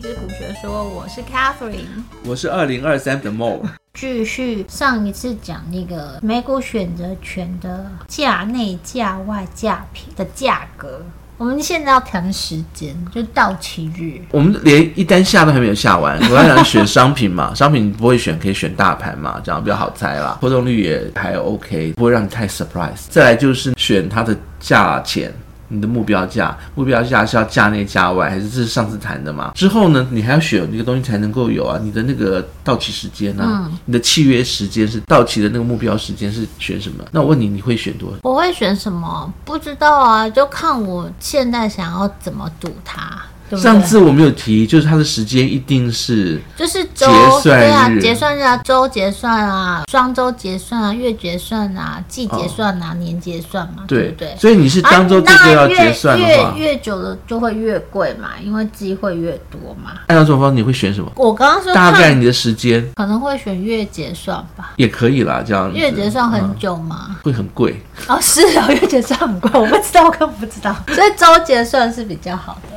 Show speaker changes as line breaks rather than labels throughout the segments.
之谷学说，我是 Catherine。
我是二零二三的 Mo，
继续上一次讲那个美股选择权的价内、价外、价品的价格，我们现在要谈时间，就到期日。
我们连一单下都还没有下完。我要想选商品嘛， 商品不会选，可以选大盘嘛，这样比较好猜啦，波动率也还 OK，不会让你太 surprise。再来就是选它的价钱。你的目标价，目标价是要价内价外，还是这是上次谈的嘛？之后呢，你还要选那个东西才能够有啊，你的那个到期时间啊，你的契约时间是到期的那个目标时间是选什么？那我问你，你会选多少？
我会选什么？不知道啊，就看我现在想要怎么赌它，对不对？
上次我们有提，就是它的时间一定是
就是周
结算
对啊，
日
结算日啊，周结算啊，双周结算啊，月结算啊，季结算啊，年结算嘛，
对
不对？
所以你是当周这
啊
个要
那
结算的
越
话，
越越久了就会越贵嘛，因为机会越多嘛。
按照这种方式你会选什么？
我刚刚说
大概
看
你的时间
可能会选月结算吧，
也可以啦，这样子
月结算很
嗯
久吗？
会很贵。
哦，是啊，月结算很贵，我不知道，我根本不知道， 所以周结算是比较好的。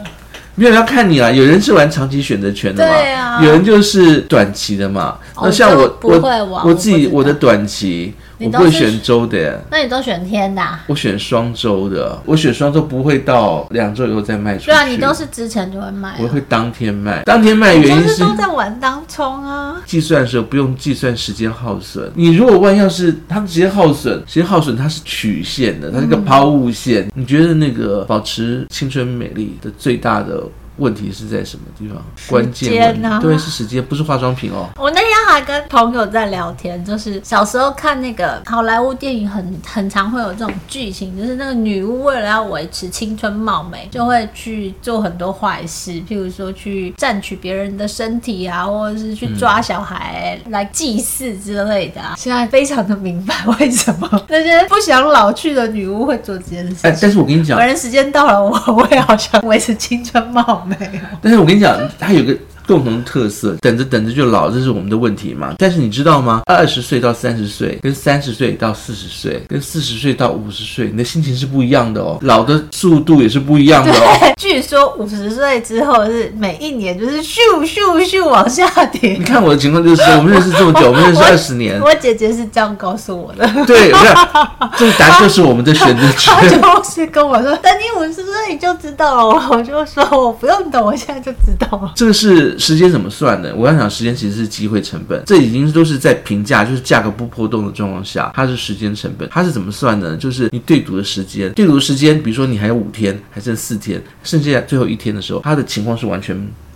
没有要看你啦，啊有人是玩长期选择权的嘛，
对啊
有人就是短期的嘛。
哦
那像
我
我
就不
我
会玩我
我自
不
己
知道
我的短期，
你
我
都
不会
是
选周的，
那你都选天的、啊，
我选双周的，我选双周不会到两周以后再卖出去。
对啊，你都是之前就会买、啊，
我会当天卖，当天卖
你
原
就
因
是
是
都在玩当冲啊。
计算的时候不用计算时间耗损。你如果万一要是它直接耗损，时间耗损它是曲线的，它是
嗯
个抛物线。你觉得那个保持青春美丽的最大的问题是在什么地方？关键问
时
题
间啊
对，是时间，不是化妆品哦。
我那天还跟朋友在聊天，就是小时候看那个好莱坞电影很，很常会有这种剧情，就是那个女巫为了要维持青春貌美，就会去做很多坏事，譬如说去占取别人的身体啊，或者是去抓小孩来祭祀之类的、啊。嗯现在非常的明白为什 么那些不想老去的女巫会做这件事
哎，
情。
但是我跟你讲
反，正时间到了，我 我也好想维持青春貌美哦。
但是我跟你讲，它有个共同特色，等着等着就老，这是我们的问题嘛。但是你知道吗？二十岁到三十岁，跟三十岁到四十岁，跟四十岁到五十岁，你的心情是不一样的哦，老的速度也是不一样的哦。
据说五十岁之后是每一年就是咻咻咻往下跌
你。看我的情况就是，我们认识这么久，我们认识二十 年，
我姐姐是这样告诉我的，
对，我看这个答案就是我们的选择
她
权。
就是跟我说：“等你五十岁你就知道了。”我就说：“我不用等，我现在就知道了。
这个是时间怎么算的？我刚讲时间其实是机会成本，这已经都是在评价，就是价格不波动的状况下，它是时间成本，它是怎么算呢？就是你对赌的时间，对赌的时间，比如说你还有五天，还剩四天，剩下最后一天的时候，它的情况是完全”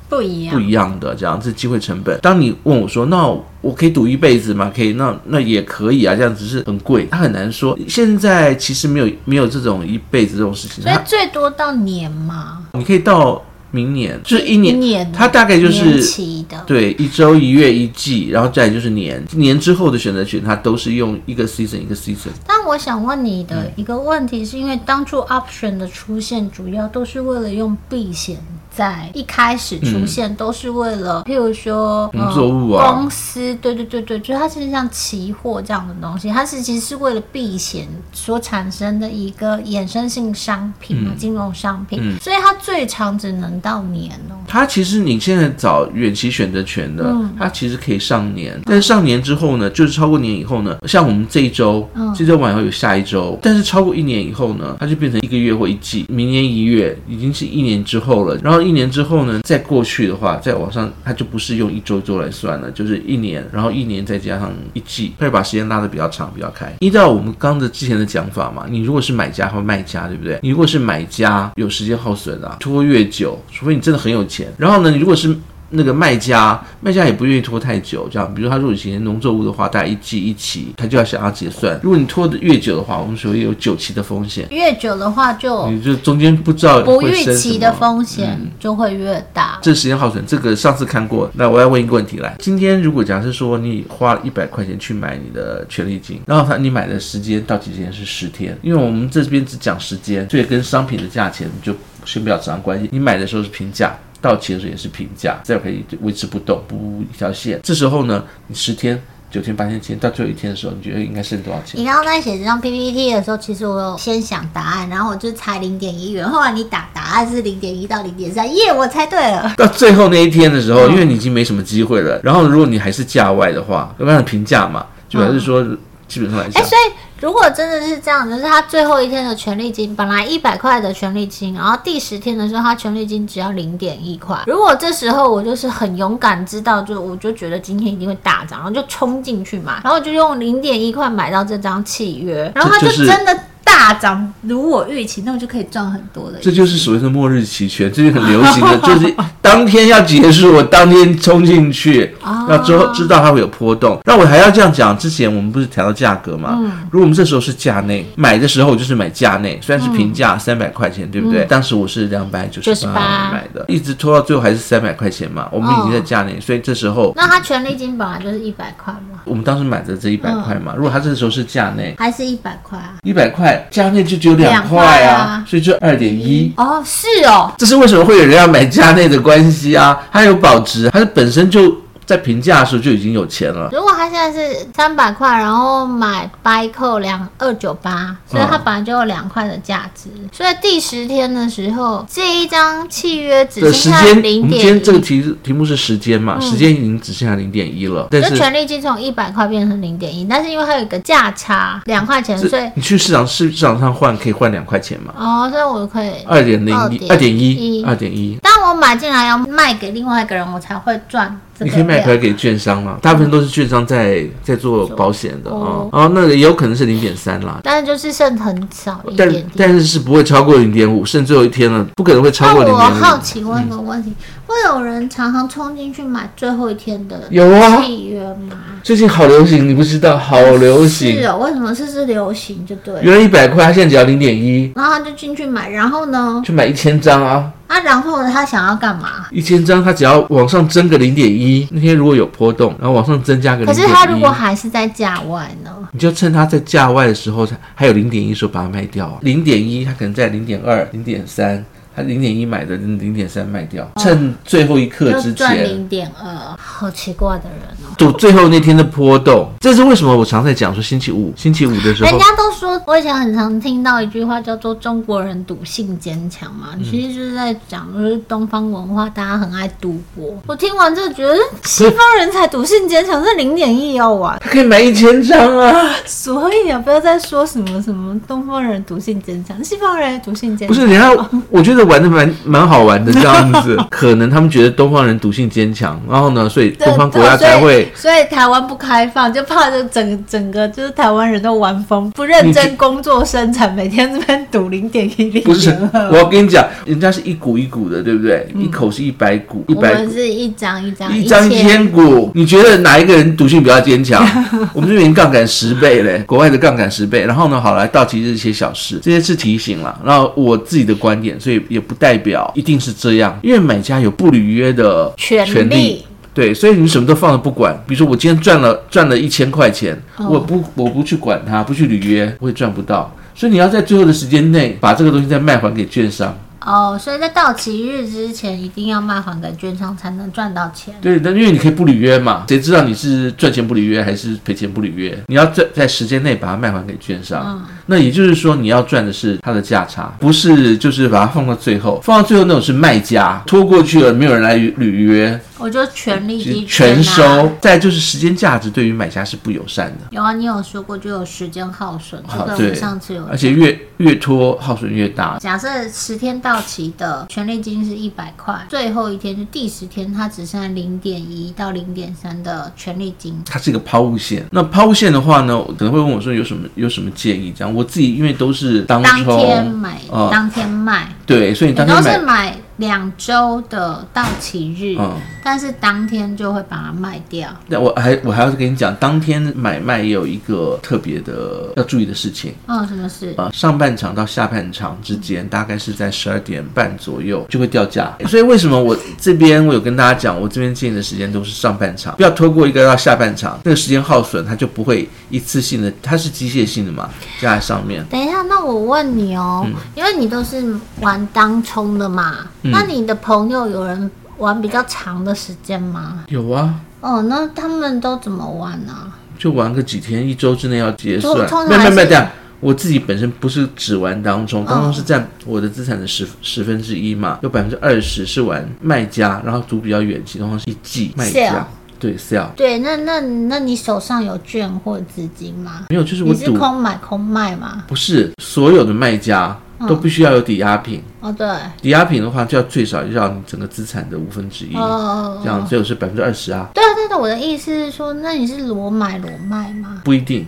不一
不
样，
一样的，这样这机会成本。当你问我说，那我可以赌一辈子吗？可以，那那也可以啊，这样只是很贵，他很难说。现在其实没有没有这种一辈子这种事情，
所以
它
最多到年嘛，
你可以到明年，就是一年，
一年
它大概就
年
是。
期的。
对，一周、一月、一季，然后再来就是年，年之后的选择权，它都是用一个 season 一个 season。
但我想问你的
嗯
一个问题，是因为当初 option 的出现，主要都是为了用避险，在一开始出现都是为了，譬如说呃
农嗯作物啊
公司，对对对对，就是它其实像期货这样的东西，它是其实是为了避险所产生的一个衍生性商品
嗯
嘛，金融商品，所以它最长只能到年哦。
它其实你现在找远期选择权的，它其实可以上年，但是上年之后呢，就是超过年以后呢，像我们这一周，这周完以后有下一周，但是超过一年以后呢，它就变成一个月或一季，明年一月已经是一年之后了，然后一年之后呢，再过去的话，再往上它就不是用一周周来算了，就是一年，然后一年再加上一季，会把时间拉得比较长，比较开。依照我们刚的之前的讲法嘛，你如果是买家和卖家，对不对？你如果是买家，有时间耗损啊，拖越久，除非你真的很有钱。然后呢，你如果是那个卖家，卖家也不愿意拖太久，这样，比如他如果以前农作物的话，大概一季一期，他就要想要结算。如果你拖得越久的话，我们所谓有九期的风险，
越久的话，就
你就中嗯间不知道
不
会
预
生
期
什
的
么。嗯
风险就会越大。
这时间耗损，这个上次看过。那我要问一个问题来，今天如果假设说你花了一百块钱去买你的权利金，然后它你买的时间到期时间是十天，因为我们这边只讲时间，所以跟商品的价钱就先不要扯上关系。你买的时候是平价。到期的时候也是平价，再可以维持不动，不一条线。这时候呢，你十天九天八天前到最后一天的时候，你觉得应该剩多少钱？
你刚刚在写这张 PPT 的时候，其实我有先想答案，然后我就猜零点一元，后来你打答案是零点一到零点三，耶，我猜对了。
到最后那一天的时候，因为你已经没什么机会了，然后如果你还是价外的话，要不然评价嘛，就还是说基本上来
哎、
讲，
所以如果真的是这样，就是他最后一天的权利金，本来一百块的权利金，然后第十天的时候，他权利金只要零点一块。如果这时候我就是很勇敢，知道就我就觉得今天一定会大涨，然后就冲进去买，然后我就用零点一块买到这张契约，然后它
这
就
就是
真的大涨，如我预期，那我就可以赚很多的。
这就是所谓的末日期权，这是很流行的，就是当天要结束，我当天冲进去，那之后知道它会有波动。那我还要这样讲，之前我们不是调到价格吗？如果我们这时候是价内买的时候，我就是买价内，虽然是平价三百块钱，对不对？当时我是两百九十八
98
买的，一直拖到最后还是三百块钱嘛，我们已经在价内，所以这时候
那他权利金本来就是一百块吗？
我们当时买的这一百块嘛，如果它这时候是价内。
还是一百块啊？
一百块价内就只有两
两块
块啊
啊，
所以就二点一。
哦，是哦，
这是为什么会有人要买家内的关系啊？它有保值，它是本身就在评价的时候就已经有钱了。
如果他现在是三百块，然后买 buy 扣两二九八，所以它本来就有两块的价值。所以第十天的时候，这一张契约只
的时
剩下
间，我
零
们今天
点
这个题题目是时间嘛，时间已经只剩下零点一了，但
嗯就是权利金从一百块变成零点一，但是因为它有一个价差两块钱，所以
这你去市场市市场上换可以换两块钱嘛，
哦，所以我可以。
二点零一、二点一、
2.1
二点一。
当我买进来要卖给另外一个人，我才会赚这
你
个
可以
量。
卖牌给券商嘛，大部分都是券商在在做保险的啊
哦，
然后那个也有可能是零点三啦，
但是就是剩很少一点
但
点。
但是是不会超过零点五，剩最后一天了，不可能会超
那
过零
我
点
好
五。
奇问个问题，会有人常常冲进去买最后一天的
有啊，
契约吗？
最近好流行，你不知道，好流行
是。哦，为什么这是流行就对了？
原来一百块，它现在只要零点一，
然后他就进去买，然后呢？
就买一千张啊！
啊，然后呢他想要干嘛？
一千张，它只要往上增个零点一，那天如果有波动，然后往上增加个
可
零
是
点
他如果
一，
还是在价外呢？
你就趁它在价外的时候，它还有零点一时候把它卖掉啊。零点一，它可能在零点二、零点三，它零点一买的，零点三卖掉，趁最后一刻
哦就
之
赚
前。
零点二，好奇怪的人哦。
赌最后那天的波动，这是为什么我常在讲说星期五，星期五的时候
人家都说，我以前很常听到一句话叫做“中国人赌性坚强”嘛，
嗯
其实就是在讲就是东方文化，大家很爱赌博。我听完就觉得嗯西方人才赌性坚强，这零点一要玩。
它可以买一千张啊。
所以啊，不要再说什么什么东方人毒性坚强，西方人毒性坚强。
不是，人
哦
家我觉得玩的蛮蛮好玩的这样 子，可能他们觉得东方人毒性坚强，然后呢，所以
对，
东方国家
对
才
所
会。
以，所以台湾不开放，就怕就整整个就是台湾人都玩疯，不认真工作生产，每天这边赌零点一零
不 是
点，
我要跟你讲，人家是一股一股的，对不对？一口是一百股，一
我
百
们
股，
是一张一张
一张一
千，
千股。你觉得哪一个人毒性比较 坚强？我们这边杠杆十倍嘞，国外的杠杆十倍。然后呢，好来到期日一些小事，这些是提醒了。然后我自己的观点，所以也不代表一定是这样，因为买家有不履约的
权
权利。
利
对，所以你什么都放着不管。比如说，我今天赚了赚了一千块钱，
哦
我不我不去管它，不去履约，我也赚不到。所以你要在最后的时间内把这个东西再卖还给券商。
哦，所以在到期日之前一定要卖还给券商才能赚到钱。
对，但因为你可以不履约嘛，谁知道你是赚钱不履约还是赔钱不履约？你要在在时间内把它卖还给券商。
哦
那也就是说，你要赚的是它的价差，不是就是把它放到最后，放到最后那种是卖家拖过去了，没有人来履约，
我就权利
其实
金
全
啊
收。。再就是时间价值对于买家是不友善的。
有啊，你有说过就有时间耗损，这
好
个我
对
们上次有
而且越越拖耗损越大。
假设十天到期的权利金是一百块，最后一天就第十天，它只剩下零点一到零点三的权利金。
它是一个抛物线，那抛物线的话呢，可能会问我说有什么有什么建议？这样我自己因为都是当
当
冲，
天买，
哦
当天卖，
对，所以
你
你当
都
天
是
买，
买两周的到期日，
嗯，
但是当天就会把它卖掉。
那我还我还要跟你讲，当天买卖也有一个特别的要注意的事情。
嗯，什么事？
啊，上半场到下半场之间，大概是在十二点半左右就会掉价。所以为什么我这边我有跟大家讲，我这边建议的时间都是上半场，不要拖过一个到下半场，那个时间耗损，它就不会一次性的，它是机械性的嘛，加在上面。
等一下，那我问你哦，
嗯
因为你都是玩当冲的嘛，那你的朋友有人玩比较长的时间吗？
有啊，
哦，那他们都怎么玩呢、
就玩个几天，一周之内要结算
通通。常
没有没
还是哦
有没有，这样我自己本身不是只玩当冲，当中是占我的资产的十十分之一嘛，有百分之二十是玩卖家，然后组比较远期，通常是一季卖
Sell
家，对 sell。
对，那那那你手上有券或资金吗？
没有，就是我
你是
赌
空买空卖吗？
不是所有的卖家
嗯
都必须要有抵押品，
哦，对，
抵押品的话就要最少要你整个资产的五分之一，这
哦，
样只有是百分之二十啊，
对啊，但是我的意思是说，那你是裸买裸卖吗？
不一定。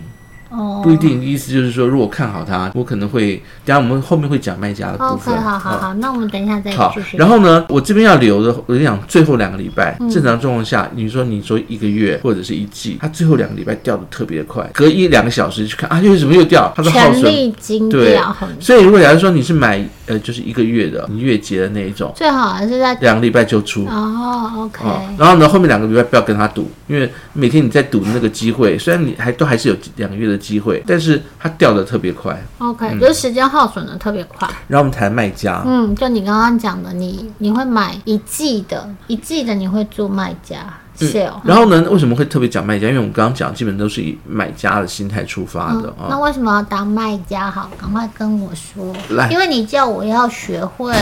哦，
不一定，意思就是说，如果看好它，我可能会，等一下我们后面会讲卖家的部
OK，
分。
好好好，那我们等一下再
好
继续。
然后呢，我这边要留的，我跟你讲，最后两个礼拜，
嗯
正常状况下，你说你说一个月或者是一季，它最后两个礼拜掉的特别快，隔一两个小时去看啊，又怎么又掉？它的耗
权
损。
力金
对
掉很，，
所以如果假如说你是买呃就是一个月的，你月结的那一种，
最好还是在
两个礼拜就出。
哦，OK，
啊、然后呢，后面两个礼拜不要跟他赌，因为每天你在赌那个机会，虽然你还都还是有两个月的机会，但是它掉的特别快。
OK，、就是
嗯
时间耗损的特别快。
然后我们谈卖家，
嗯，就你刚刚讲的，你你会买一季的，一季的你会做卖家
嗯
sale。
然后呢，为什么会特别讲卖家？因为我们刚刚讲，基本都是以买家的心态出发的啊、
嗯那为什么要当卖家好？赶快跟我说
来，
因为你叫我要学会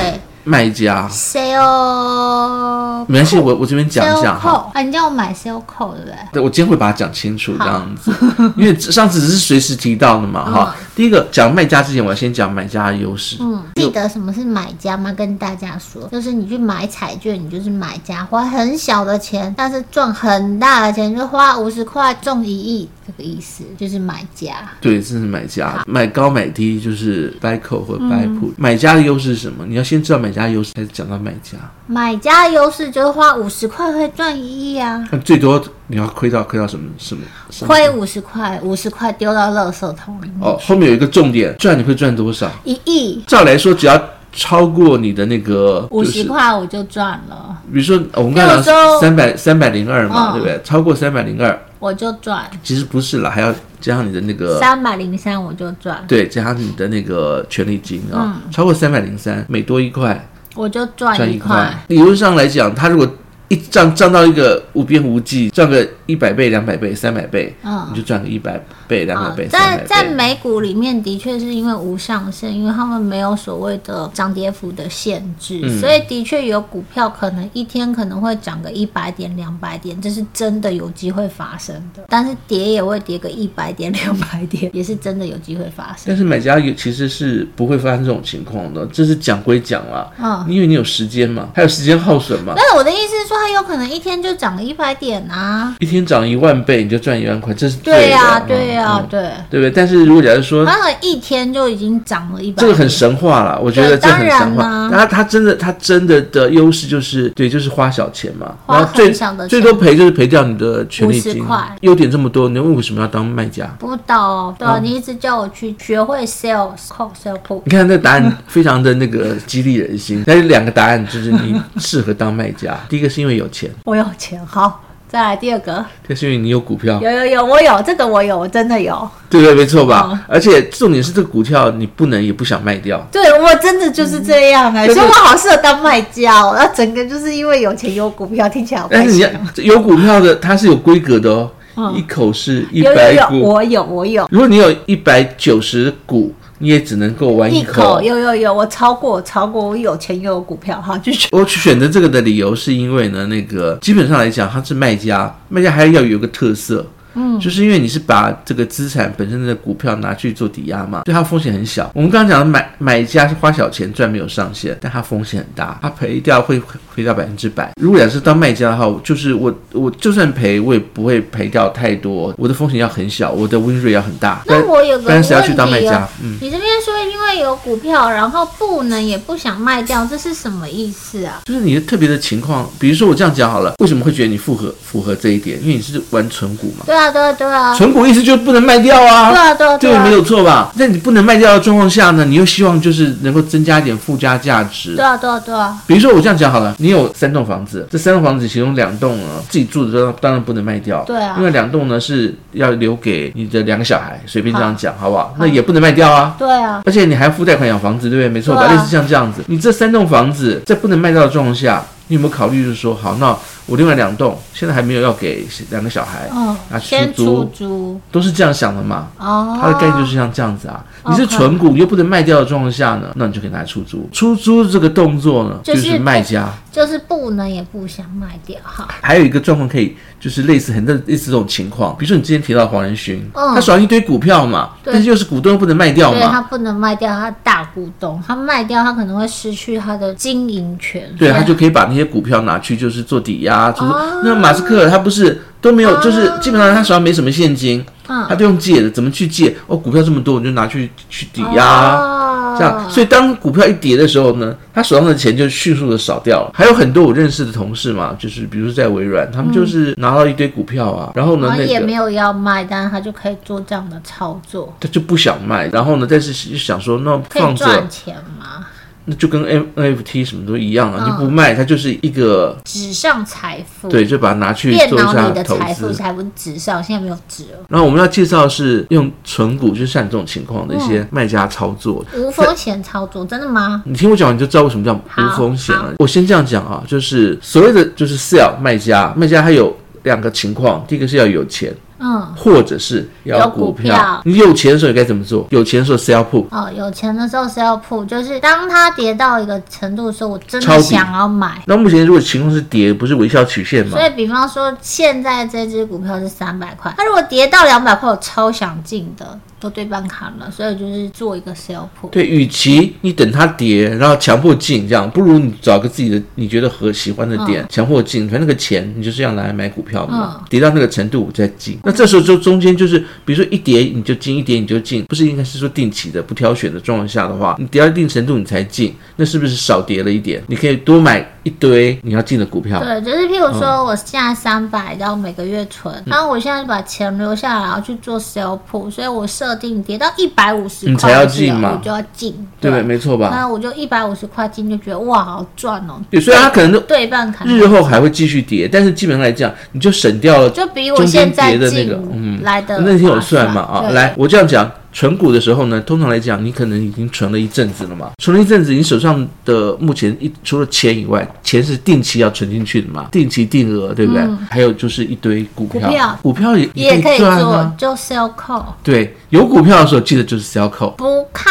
卖家，
sale，
没关系，我我这边讲一
sale
下哈。
扣啊，你叫我买 sale 扣对不对？
对，我今天会把它讲清楚，这样子，因为上次只是随时提到的嘛，哈。第一个讲卖家之前，我要先讲买家的优势。
嗯，记得什么是买家吗？跟大家说，就是你去买彩券，你就是买家，花很小的钱，但是赚很大的钱，就花五十块中一亿，这个意思就是买家。
对，这是买家，买高买低就是掰口或掰
嗯
铺。买家的优势是什么？你要先知道买家的优势，才讲到卖家。
买家的优势就是花五十块会赚一亿啊，
那最多你要亏到亏到什么什么什么？
亏五十块，五十块丢到垃圾桶里面，
哦，后面有一个重点，赚你会赚多少？
一亿
照来说，只要超过你的那个，
五
就
十
是
块我就赚了，
比如说呃我们刚才
六周
讲三百三百零二嘛，
嗯
对不对？超过三百零二，
我就赚
其实不是啦，还要加上你的那个。
三百零三，我就赚，
对，加上你的那个权利金啊，超过三百零三，每多一块
我就嗯赚
赚
一
一块
块。。
理论上来讲，他如果一涨涨到一个无边无际，涨个一百倍、两百倍、三百倍，
嗯
你就赚个一百倍、两百
啊
倍、，三
在
百
在
倍。
美股里面的确是因为无上限，因为他们没有所谓的涨跌幅的限制，
嗯
所以的确有股票可能一天可能会涨个一百点、两百点，这是真的有机会发生的。但是跌也会跌个一百点、两百点，也是真的有机会发生。
但是买家也其实是不会发生这种情况的，这是讲归讲啦，
嗯
因为你有时间嘛，还有时间耗损嘛，
但是我的意思是说，它有可能一天就涨了一百点啊。
一天涨一万倍你就赚一万块，这是
对
的
呀、
嗯
对呀、
嗯
对。
对不对？但是如果假如说
它可能一天就已经涨了一百，
这个很神话啦，我觉得
对
这很神
当然
话
啦。
他他真的他真的的优势就是对，就是花小钱嘛，
花
然后最
很小的钱
最多赔就是赔掉你的权利
50
金
块。
优点这么多，你为什么要当卖家？
不懂哦。对啊，
嗯
你一直叫我去学会 sales call sales call，
你看这答案非常的那个激励人心， 但是两个答案就是你适合当卖家，第一个是因为有钱，
我有钱，好，再来第二个，
第二个是因为你有股票，
有有有，我有这个，我有，我真的有，
对不对？没错
哦
吧？而且重点是这个股票你不能也不想卖掉，
对我真的就是这样哎、
嗯
所以我好适合当卖家哦，那整个就是因为有钱有股票，听起来好
但
开
是你
心
要
哦。
有股票的它是有规格的哦，一口是一
嗯有有
百
有，
股。
我有我有
如果你有一百九十股，你也只能够玩
一
一
口，
口。
有有有，我超过我超过，我有钱又有股票，好继 续。
我选择这个的理由是因为呢，那个基本上来讲，它是卖家，卖家还要有一个特色，嗯，就是因为你是把这个资产本身的股票拿去做抵押嘛，对它风险很小。我们刚刚讲的买买家是花小钱赚没有上限，但它风险很大，它赔掉会赔到百分之百。如果假设当卖家的话，我就是我我就算赔，我也不会赔掉太多，我的风险要很小，我的 win rate 要很大。
那我有个
但但是要去
问
当卖
题
家嗯
哦，你这边说因为有股票，然后不能也不想卖掉，这是什么意思啊？
就是你的特别的情况，比如说我这样讲好了，为什么会觉得你符合符合这一点？因为你是玩存股嘛，
对啊对啊对啊
存股意思就是不能卖掉
对
啊，
啊对啊
这
对
个没
啊
有错吧？在你不能卖掉的状况下呢，你又希望就是能够增加一点附加价值
对。啊对啊对啊。
比如说我这样讲好了，你有三栋房子，这三栋房子其中两栋呢自己住的时候当然不能卖掉，
对啊
因为两栋呢是要留给你的两个小孩，随便这样讲好不好？那也不能卖掉啊。
对啊，
而且你还付贷款养房子，对不对？没错吧？
对啊
类似像这样子，你这三栋房子在不能卖掉的状况下，你你有没有考虑就是说，好，那我另外两栋现在还没有要给两个小孩，
哦
啊，
先
出
出租
都是这样想的嘛？
哦，
它的概念就是像这样子啊，你是
OK
存股又不能卖掉的状况下呢，那你就可以拿来出租。出租这个动作呢，就
就是
是卖家。
就是不能也不想卖掉哈，
还有一个状况可以，就是类似很类类似这种情况，比如说你之前提到黄仁勋，
嗯
他手上一堆股票嘛，
对
但是又是股东又不能卖掉
因为他
嘛，
不能卖掉他大股东，他卖掉他可能会失去他的经营权，
对，
所以
他就可以把那些股票拿去就是做抵押，就
啊
是、
哦
那马斯克他不是都没有，就是基本上他手上没什么现金，
嗯
他都用借的，怎么去借？哦，股票这么多，我就拿去去抵押。
哦
这样，所以当股票一跌的时候呢，他手上的钱就迅速的少掉了。还有很多我认识的同事嘛，就是比如说在微软，他们就是拿到一堆股票啊，然后呢，
然后嗯
那
哦也
个
没有要卖，但是他就可以做这样的操作，
他就不想卖，然后呢，但是就想说那
可
放
以
着
赚，钱吗？
那就跟 N NFT 什么都一样啊，
嗯
你不卖，它就是一个
纸上财富，
对，就把它拿去
电
做一
脑
下
里的
投
财富
资。
才不是纸上，现在没有纸了，
然后我们要介绍的是用存股，就是像你这种情况的一
嗯
些卖家操作。
无风险操作，真的吗？
你听我讲完，你就知道为什么叫
好
无风险
好
了。我先这样讲啊，就是所谓的就是 sell 卖家，卖家他有两个情况，第一个是要有钱，
嗯，
或者是要
有
股
股票
你有钱的时候你该怎么做？有钱的时候 sell put，
哦，有钱的时候 sell put，就是当它跌到一个程度的时候，我真
抄
的
底
想要买。
那目前如果情况是跌，不是微笑曲线嘛？
所以，比方说，现在这只股票是三百块，它如果跌到两百块，我超想进的，都对半砍了，所以我就是做一个 sell put。
对，啊与其你等它跌，然后强迫进这样，不如你找个自己的你觉得和喜欢的点，强迫进，反正那个钱你就是要拿来买股票的嘛，跌到那个程度我再进。那这时候就中间就是，比如说一跌你就进，一跌你就进，不是应该是说定期的不挑选的状况下的话，你跌到一定程度你才进，那是不是少跌了一点？你可以多买一堆你要进的股票。
对，就是譬如
嗯
说，我现在三百，然后每个月存，然后我现在把钱留下来，然后去做 sell put，所以我设定跌到一百五十
你才
块
要
的时
进
候
嘛
我就要进。
对不对？没错吧？
那我就一百五十块进，就觉得哇，好赚哦，
对，所以它可能
对半砍。
日后还会继续跌，但是基本上来讲，你就省掉了
就比我现在
中间跌的那个嗯
进来的
那天有
划
算嘛啊，
对
来，我这样讲，存股的时候呢，通常来讲，你可能已经存了一阵子了嘛，存了一阵子，你手上的目前一除了钱以外，钱是定期要存进去的嘛，定期定额，对不对？还有就是一堆股票，
嗯股票
也
也可以
赚
做
啊，，
就 sell call，
对，有股票的时候记得就是 sell call。
不看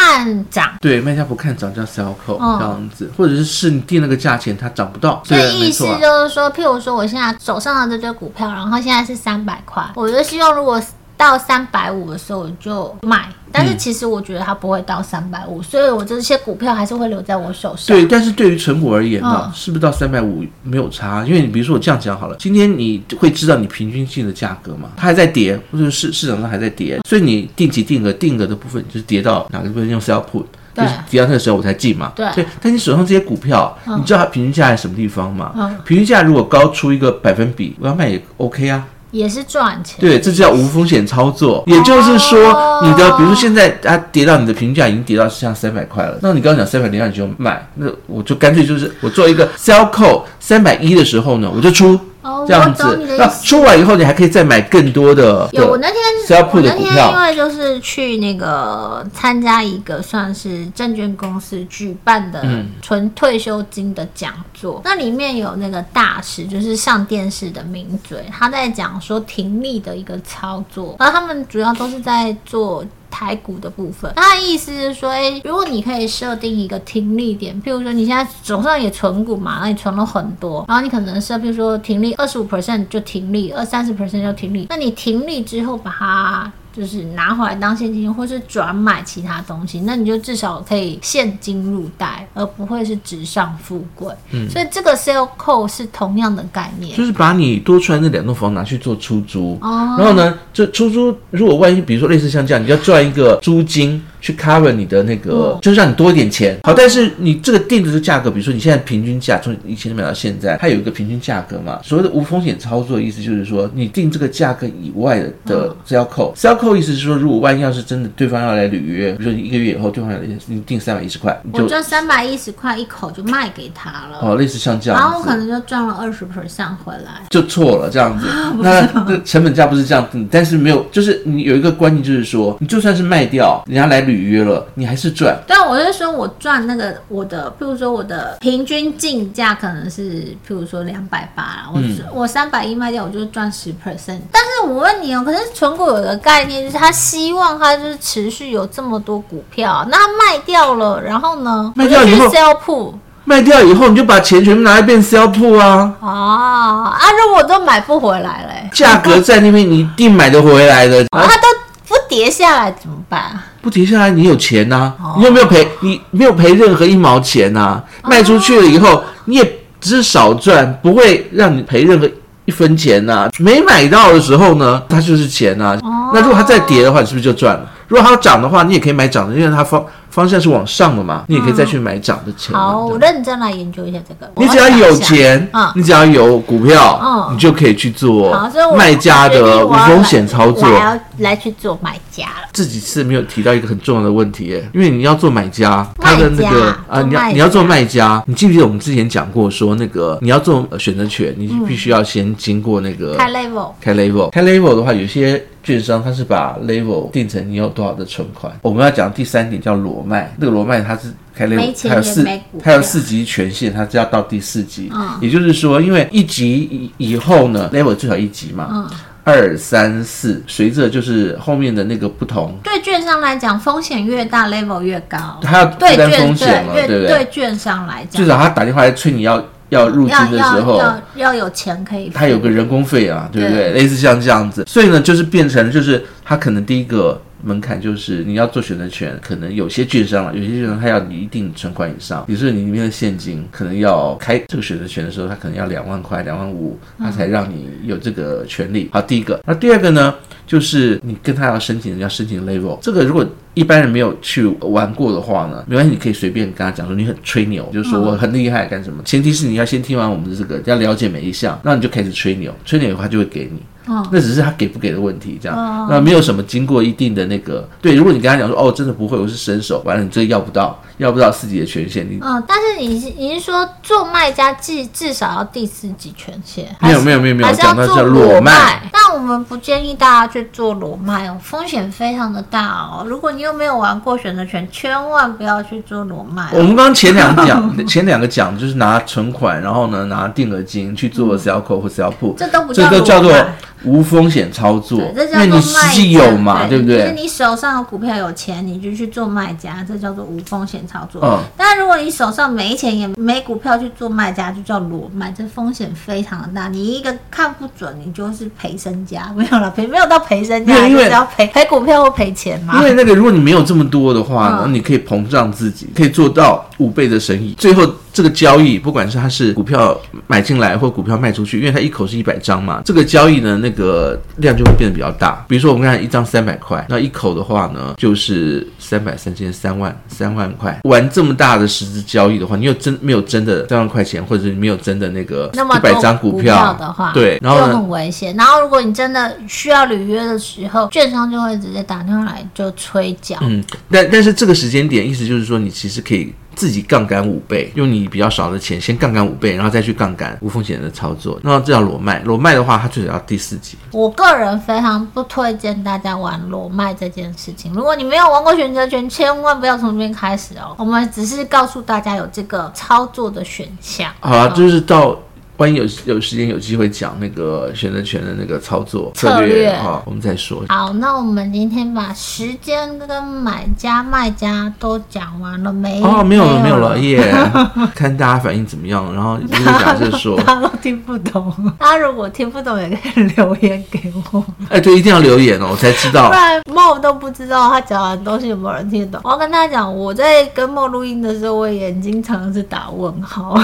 涨。
对，卖家不看涨叫 sell call、
嗯
这样子，或者是是你定那个价钱它涨不到，
所
对，
以
没
意思
错啊、
就是说，譬如说我现在手上的这堆股票，然后现在是三百块，我就希望如果到三百五的时候我就卖，但
嗯
是其实我觉得它不会到三百五，所以我这些股票还是会留在我手上。
对，但是对于存股而言呢、
嗯
是不是到三百五没有差？因为你比如说我这样讲好了，今天你会知道你平均性的价格嘛，它还在跌，或者是市市场上还在跌，所以你定期定额定额的部分就是跌到哪个部分用 sell put。就
对
是跌到那个时候我才进嘛，
对
但你手上这些股票，你知道它平均价在什么地方嘛？
嗯
平均价如果高出一个百分比，我要卖也 OK 啊。
也是赚钱。
对，这叫无风险操作。也就是说
哦，
你的比如说现在它跌到你的评价已经跌到像三百块了，那你刚刚讲三百零二你就卖，那我就干脆就是我做一个 sell call 三百一的时候呢，我就出。
哦，
这样
我
子
懂你的，
那
意思。
出完以后，你还可以再买更多的。
有，我
的
那天
sell put
我
的
那
股
天因
票，
为就是去那个参加一个算是证券公司举办的纯退休金的讲座，那里面有那个大师，就是上电视的名嘴，他在讲说停利的一个操作，然后他们主要都是在做。台股的部分，那他的意思是说，哎、如果你可以设定一个停利点，譬如说你现在手上也存股嘛，那你存了很多，然后你可能设，譬如说停利二十五 percent 就停利，二三十 percent 就停利，那你停利之后把它。就是拿回来当现金，或是转买其他东西，那你就至少可以现金入袋，而不会是纸上富贵。所以这个 sell call 是同样的概念。
嗯就是把你多出来那两栋房拿去做出租。
哦
然后呢，这出租如果万一比如说类似像这样，你要赚一个租金去 cover 你的那个，
嗯
就是让你多一点钱。好，但是你这个定的这个价格，比如说你现在平均价从以前买到现在，它有一个平均价格嘛。所谓的无风险操作，意思就是说你定这个价格以外的
嗯
的 sell call sell call 意思是说，如果万一要是真的对方要来履约，比如说你一个月以后对方要来，你定三百一十块，你
我
就
就三百一十块一口就卖给他了，
哦类似像这样
然
子。
后我可能就赚了二十 percent 回来。
就错了这样子。那那成本价不是这样定，但是没有，就是你有一个观念，就是说，你就算是卖掉，人家来履履约了，你还是赚。
对，啊我是说我赚那个我的，譬如说我的平均进价可能是，譬如说两百八，我、
嗯
我三百一卖掉，我就赚十 percent。但是我问你哦，可是存股有个概念，就是他希望他就是持续有这么多股票啊，那他卖掉了，然后呢，
卖掉
我就去
以后
sell 铺
卖掉以后，你就把钱全部拿来变 sell 铺啊，
啊啊，如果都买不回来嘞、
价格在那边，你一定买得回来的。
啊，它都不跌下来怎么办？
不停下来，你有钱呐、
哦
你有没有赔？你没有赔任何一毛钱呐、卖出去了以后，你也只是少赚，不会让你赔任何一分钱呐、没买到的时候呢，它就是钱呐、
哦
那如果它再跌的话，你是不是就赚了？如果它要涨的话，你也可以买涨的，因为它方方向是往上的嘛，你也可以再去买涨的钱、
嗯好，我认真来研究一下这个。
你
我
只要
想一
有
下
钱，
嗯
你只要有股票，
嗯
你就可以去做
好，所以我
卖家
决定
的无
我要
风
来
险操作。
我要来去做买家了。
这几次没有提到一个很重要的问题耶，因为你要做买家，他的那个
卖家
啊，你
做卖
要
家
你要做卖家，你记不记得我们之前讲过说那个你要做呃选择权，你必须要先经过那个
开 level
开 level，开 level 的话，有些券商它是把 level 定成你有多少的存款。我们要讲第三点叫裸卖，那个裸卖它是开
没
level，
钱
它有
也
四
没股票
它有四级权限，它就要到第四级。
嗯
也就是说，因为一级以以后呢，level 最少一级嘛。
嗯
二三四，随着就是后面的那个不同，
对券商来讲，风险越大，level 越高。
他要
对
负担
券
风险嘛，
对
对不
越
对？
对券商来讲
至，少他打电话来催你要要入金
要
的
要
时候，
要要有钱可以付。
他有个人工费啊，对不对？
对
类似像这样子，所以呢，就是变成就是他可能第一个。门槛就是你要做选择权，可能有些券商啊，有些券商他要你一定存款以上，比如说你里面的现金，可能要开这个选择权的时候，他可能要两万块、两万五，他
嗯
才让你有这个权利。好，第一个，那第二个呢，就是你跟他要申请，要申请 level，这个如果一般人没有去玩过的话呢，没关系，你可以随便跟他讲说你很吹牛，就是说我很厉害干什么。前提是你要先听完我们的这个，要了解每一项，那你就开始吹牛，吹牛的话就会给你。
嗯
那只是他给不给的问题，这
哦
样，那没有什么经过一定的那个对。如果你跟他讲说哦，真的不会，我是伸手，完了你这要不到，要不到自己的权限，你
嗯，但是你是你是说做卖家至至少要第四级权限？
没
还
有
是
没有没有没有
还
我
是要
讲到
做
叫裸卖，
卖。但我们不建议大家去做裸卖哦，风险非常的大哦。如果你又没有玩过选择权，千万不要去做裸卖哦、
我们刚刚前两讲，前两个讲就是拿存款，然后呢拿定额金去做 sell call 或 sell
嗯
put，
这都不
这
叫
都
裸
叫做
卖
无风险操作
对，这，
因
叫做
为你实
卖
际
家
有嘛，对不
就是
对？
你手上有股票有钱，你就去做卖家，这叫做无风险操作。
嗯
但如果你手上没钱也没股票去做卖家，就叫裸卖，这风险非常的大。你一个看不准，你就是赔身家， 没有了赔，没有到赔身家，
没有因
就
为
是要赔赔股票或赔钱嘛
因。为那个，如果你没有这么多的话，
嗯
然后你可以膨胀自己，可以做到五倍的生意。最后这个交易，不管是它是股票买进来或股票卖出去，因为它一口是一百张嘛，这个交易呢，那个量就会变得比较大。比如说我们刚才一张三百块，那一口的话呢，就是三百、三千、三万、三万块。玩这么大的实质交易的话，你有真没有真的三万块钱，或者是你没有真的那个
那么
一百
多
张
股
票
的话，
对，然后
就
呢，
很危险。然后如果你真的需要履约的时候，券商就会直接打电话来就催缴。
嗯，但但是这个时间点，意思就是说，你其实可以自己杠杆五倍，用你比较少的钱先杠杆五倍，然后再去杠杆无风险的操作。那这叫裸卖，裸卖的话，它最少要第四级。
我个人非常不推荐大家玩裸卖这件事情。如果你没有玩过选择权，千万不要从这边开始哦。我们只是告诉大家有这个操作的选项。
好啊，就是到万一有有时间有机会讲那个选择权的那个操作策
策略
啊、我们再说。
好，那我们今天把时间跟买家、卖家都讲完了没？
哦，没有了，没有了耶 看大家反应怎么样，然后你就假设说，
大家都听不懂，大家如果听不懂也可以留言给我，
哎，对，一定要留言哦，我才知
不
道。
然梦都不知道他讲完的东西有没有人听得懂。我要跟他讲，我在跟梦录音的时候，我眼睛常常是打问号。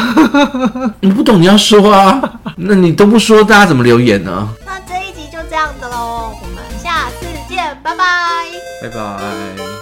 你不懂你要说啊，那你都不说，大家怎么留言呢？
那这一集就这样子喽，我们下次见，拜拜。
拜拜。